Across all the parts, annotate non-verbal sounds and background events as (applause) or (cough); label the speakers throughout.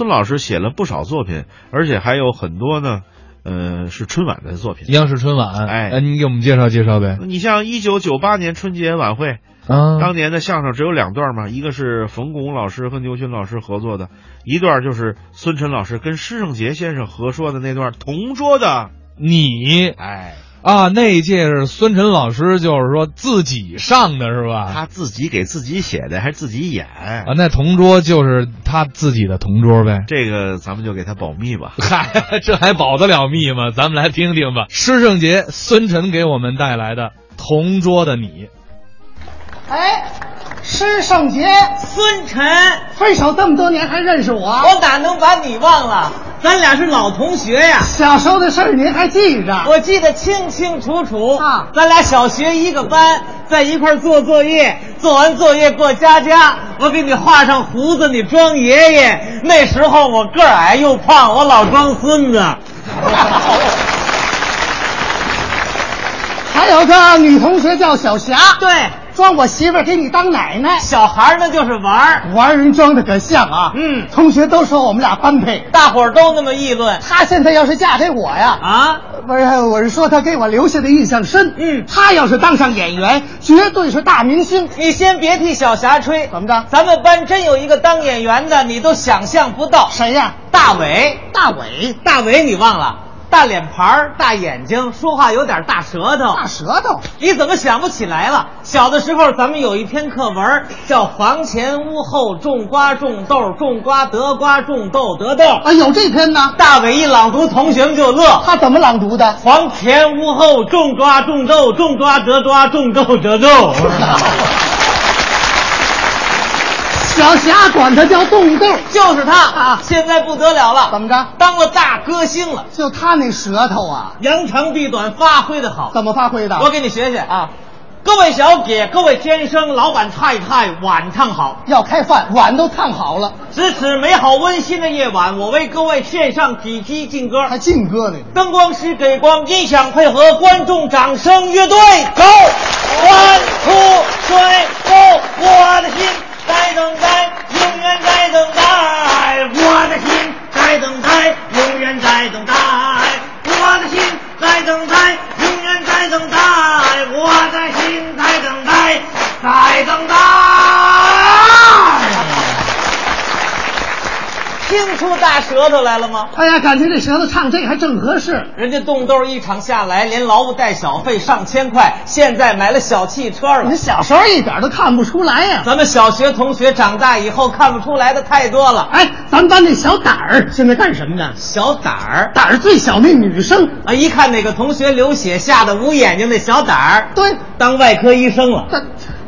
Speaker 1: 孙老师写了不少作品，而且还有很多呢，呃，是春晚的作品。
Speaker 2: 央视春晚，
Speaker 1: 哎
Speaker 2: 呃，你给我们介绍介绍呗。
Speaker 1: 你像一九九八年春节晚会，
Speaker 2: 啊，
Speaker 1: 当年的相声只有两段嘛，一个是冯巩老师和牛群老师合作的，一段就是孙晨老师跟施圣杰先生合说的那段同桌的。
Speaker 2: 你
Speaker 1: 哎，
Speaker 2: 啊，那一届是孙晨老师，就是说自己上的是吧？
Speaker 1: 他自己给自己写的，还自己演，
Speaker 2: 啊，那同桌就是他自己的同桌呗。
Speaker 1: 这个咱们就给他保密吧。
Speaker 2: 嗨， (laughs) 这还保得了密吗？咱们来听听吧。施圣杰、孙晨给我们带来的《同桌的你》。
Speaker 3: 哎，施圣杰，
Speaker 4: 孙晨，
Speaker 3: 分手这么多年还认识我？
Speaker 4: 我哪能把你忘了？咱俩是老同学呀，
Speaker 3: 小时候的事儿您还记着？
Speaker 4: 我记得清清楚楚
Speaker 3: 啊
Speaker 4: 咱俩小学一个班，在一块儿做作业，做完作业过家家，我给你画上胡子，你装爷爷。那时候我个儿矮又胖，我老装孙 (laughs) 子。
Speaker 3: 还有个女同学叫小霞，
Speaker 4: 对，
Speaker 3: 装我媳妇儿给你当奶奶，
Speaker 4: 小孩儿呢就是玩儿，
Speaker 3: 玩人装的可像啊。
Speaker 4: 嗯
Speaker 3: 同学都说我们俩般配。
Speaker 4: 大伙儿都那么议论
Speaker 3: 她现在要是嫁给我呀，
Speaker 4: 啊。
Speaker 3: 不是，我是说她给我留下的印象深。
Speaker 4: 嗯
Speaker 3: 她要是当上演员，绝对是大明星。
Speaker 4: 你先别替小霞吹，
Speaker 3: 怎么着
Speaker 4: 咱们班真有一个当演员的，你都想象不到。
Speaker 3: 谁呀？
Speaker 4: 大伟，
Speaker 3: 大伟，
Speaker 4: 大伟，你忘了？大脸盘儿，大眼睛，说话有点大舌头。
Speaker 3: 大舌头。
Speaker 4: 你怎么想不起来了？小的时候，咱们有一篇课文叫《房前屋后种瓜种豆种瓜得瓜种豆得豆》。
Speaker 3: 啊，有这篇呢。
Speaker 4: 大伟一朗读，同学们就乐。
Speaker 3: 她怎么朗读的？
Speaker 4: 房前屋后种瓜种豆种瓜得瓜种豆得豆。
Speaker 3: (laughs) 小霞管她叫冻豆。
Speaker 4: 就是他
Speaker 3: 啊
Speaker 4: 现在不得了了，
Speaker 3: 怎么着
Speaker 4: 当了大歌星了，
Speaker 3: 就他那舌头啊，
Speaker 4: 扬长避短，发挥的好。
Speaker 3: 怎么发挥的？
Speaker 4: 哦我给你学学啊，各位小姐，各位先生，老板太太，晚上好！
Speaker 3: 要开饭，碗都烫好了，
Speaker 4: 值此美好温馨的夜晚，我为各位献上几句劲歌。
Speaker 3: 还劲歌呢。
Speaker 4: 灯光师给光，音响配合，观众掌声，乐队 go，欢呼水go，我的心在等待，永远在等待，我的心在等待，永远在等待，我的心在等待，永远在等待，我的心在等待，在等待。听出大舌头来了吗？
Speaker 3: 哎呀，感情这舌头唱这个还正合适。
Speaker 4: 人家冻豆一场下来，连劳务带小费上千块，现在买了小汽车了
Speaker 3: 你。小时候一点都看不出来呀、
Speaker 4: 咱们小学同学长大以后看不出来的太多了。
Speaker 3: 哎，咱们班那小胆儿现在干什么呢？
Speaker 4: 小胆儿
Speaker 3: 胆儿最小那女生，
Speaker 4: 啊，一看哪个同学流血，吓得捂眼睛那小胆儿，
Speaker 3: 对，
Speaker 4: 当外科医生了，
Speaker 3: 当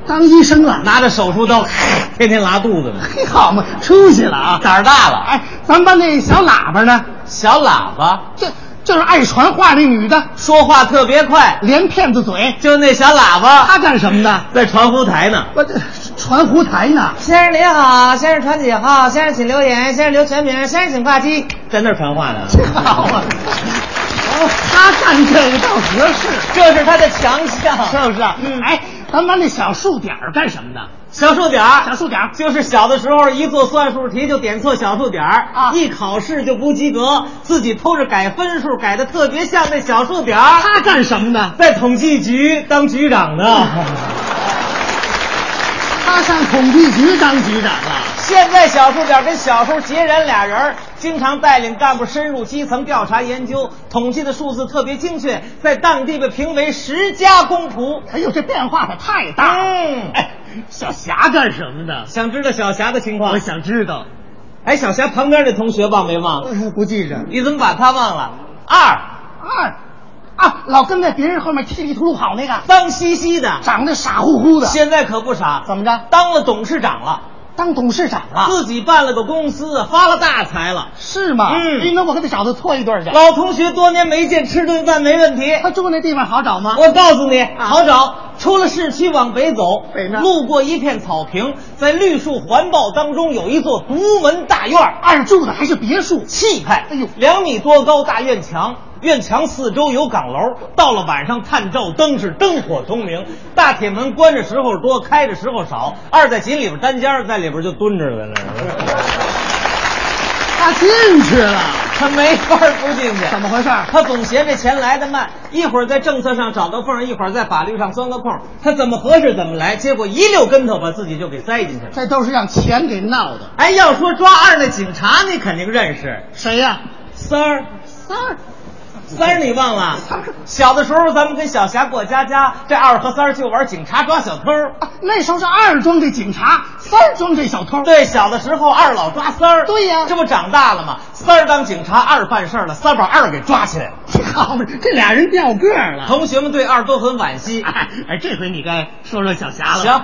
Speaker 3: 当医生了，
Speaker 4: 拿着手术刀， (laughs) 天天拉肚子呢。
Speaker 3: 嘿好嘛，出息了啊！
Speaker 4: 胆儿大了，
Speaker 3: 哎，咱们班那小喇叭呢？
Speaker 4: 小喇叭
Speaker 3: 这就是爱传话那女的，
Speaker 4: 说话特别快，
Speaker 3: 连骗子嘴。
Speaker 4: 就那小喇叭
Speaker 3: 她干什么的？
Speaker 4: 在传呼台呢。
Speaker 3: 我这传胡台呢。
Speaker 4: 先生您好，先生传几号？先生请留言，先生留全名，先生请挂机，在那儿传话呢。
Speaker 3: 好啊，他干这个倒合适，
Speaker 4: (laughs) 这是他的强项，
Speaker 3: 是不是？ (laughs)
Speaker 4: 嗯，哎，
Speaker 3: 哎，咱们把那小数点儿干什么的？
Speaker 4: 小数点儿
Speaker 3: 小数点儿
Speaker 4: 就是小的时候一做算术题就点错小数点儿
Speaker 3: 啊
Speaker 4: 一考试就不及格，自己偷着改分数，改的特别像那小数点儿
Speaker 3: 他干什么 (laughs) 的？
Speaker 4: 在统计局当局长呢， (laughs)
Speaker 3: 他上统计局当局长了。
Speaker 4: 现在小数点儿跟小数截然俩人儿，经常带领干部深入基层调查研究，统计的数字特别精确，在当地被评为十佳公仆。
Speaker 3: 哎呦，这变化可太大了。
Speaker 4: 嗯
Speaker 3: 哎， (laughs) 小霞干什么的？
Speaker 4: 想知道小霞的情况？
Speaker 3: 我想知道。
Speaker 4: 哎，小霞旁边那同学忘没忘？
Speaker 3: 不记着。
Speaker 4: 你怎么把他忘了？二
Speaker 3: 二啊，老跟在别人后面踢里秃噜跑那个，
Speaker 4: 脏兮兮的，
Speaker 3: 长得傻乎乎的，
Speaker 4: 现在可不傻，
Speaker 3: 怎么着？
Speaker 4: 当了董事长了，
Speaker 3: 当董事长了？
Speaker 4: 自己办了个公司，发了大财了。
Speaker 3: 啊是吗？
Speaker 4: 嗯
Speaker 3: 哎那我给他找他搓一顿去。
Speaker 4: 老同学多年没见，吃顿饭没问题。
Speaker 3: 他住那地方好找吗？
Speaker 4: 我告诉你，好找。出了市区往北走，
Speaker 3: 啊北面
Speaker 4: 路过一片草坪，在绿树环抱当中有一座独门大院儿，
Speaker 3: 二住的还是别墅，
Speaker 4: 气派。
Speaker 3: 哎呦
Speaker 4: 两米多高大院墙，院墙四周有岗楼。到了晚上探照灯是灯火通明，大铁门关着时候多，开着
Speaker 3: (laughs)
Speaker 4: 时候少。二在井里边单间儿，在里边就蹲着了那儿。
Speaker 3: 他进去了，
Speaker 4: 他没法不进去。
Speaker 3: 怎么回事？
Speaker 4: 他总嫌这钱来的慢，一会儿在政策上找到缝儿，一会儿在法律上钻个空儿，他怎么合适怎么来，结果一溜跟头把自己就给栽进去了。
Speaker 3: 这都是让钱给闹的。
Speaker 4: 哎，要说抓二那警察，你肯定认识
Speaker 3: 谁呀、
Speaker 4: 三儿，
Speaker 3: 三儿，
Speaker 4: 三儿你忘了？
Speaker 3: 三儿
Speaker 4: 小的时候咱们跟小霞过家家，这二和三儿就玩警察抓小偷。
Speaker 3: 啊那时候是二装这警察，三儿装这小偷。，
Speaker 4: 对，小的时候二老抓三儿，
Speaker 3: 对呀
Speaker 4: 这不长大了吗？三儿当警察，二办事儿了，三把二给抓起来了。
Speaker 3: 好嘛，这俩人掉个儿了。
Speaker 4: 同学们对二都很惋 (laughs) 惜。
Speaker 3: 哎，哎，这回你该说说小霞了。
Speaker 4: 行，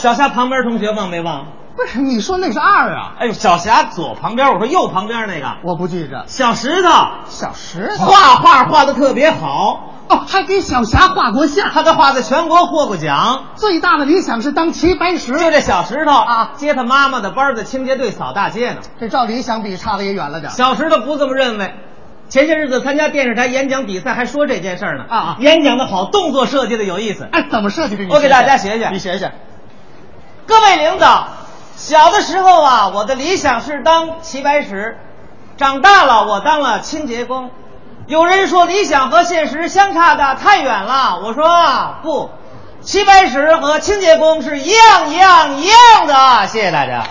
Speaker 4: 小霞旁边同学忘没忘？
Speaker 3: 不是你说那是二啊？
Speaker 4: 哎呦，小霞左旁边，我说右旁边那个
Speaker 3: 我不记着。
Speaker 4: 小石头，
Speaker 3: 小石头
Speaker 4: 画画画的特别好，
Speaker 3: 哦，还给小霞画过像。
Speaker 4: 他的画在全国获过奖。
Speaker 3: 最大的理想是当齐白石。
Speaker 4: 就这小石头
Speaker 3: 啊
Speaker 4: 接他妈妈的班儿在清洁队扫大街呢。
Speaker 3: 这照理想比差的也远了点儿。
Speaker 4: 小石头不这么认为。前些日子参加电视台演讲比赛，还说这件事儿呢。
Speaker 3: 啊
Speaker 4: 演讲的好，动作设计的有意思。
Speaker 3: 哎，怎么设计的？你
Speaker 4: 我给
Speaker 3: 学学
Speaker 4: 大家学学
Speaker 3: 你学学。
Speaker 4: 各位领导，小的时候啊，我的理想是当齐白石；长大了，我当了清洁工。有人说理想和现实相差的太远了，我说啊不，齐白石和清洁工是一样一样一样的。谢谢大家。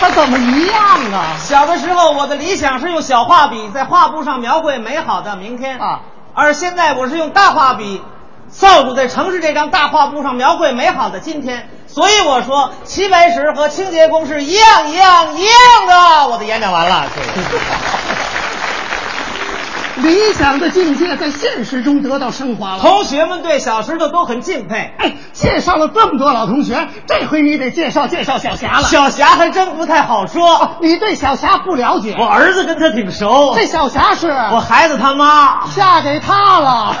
Speaker 3: 他怎么一样啊？
Speaker 4: 小的时候，我的理想是用小画笔在画布上描绘美好的明天
Speaker 3: 啊，
Speaker 4: 而现在我是用大画笔扫帚在城市这张大画布上描绘美好的今天。所以我说，齐白石和清洁工是一样一样一样的。 (laughs) 我的演讲完了，谢谢。
Speaker 3: 理想的境界在现实中得到升华了。
Speaker 4: 同学们对小石头都很敬佩，
Speaker 3: 哎，介绍了这么多老同学，这回你得介绍介绍小霞了。
Speaker 4: 小霞还真不太好说。
Speaker 3: 你对小霞不了解，
Speaker 4: 我儿子跟他挺熟，
Speaker 3: 这小霞是
Speaker 4: 我孩子他妈。
Speaker 3: 嫁给他了。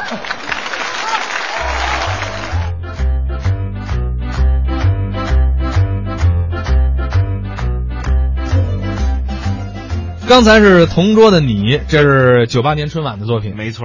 Speaker 2: 刚才是《同桌的你》，这是九八年春晚的作品。嗯
Speaker 1: 没错儿。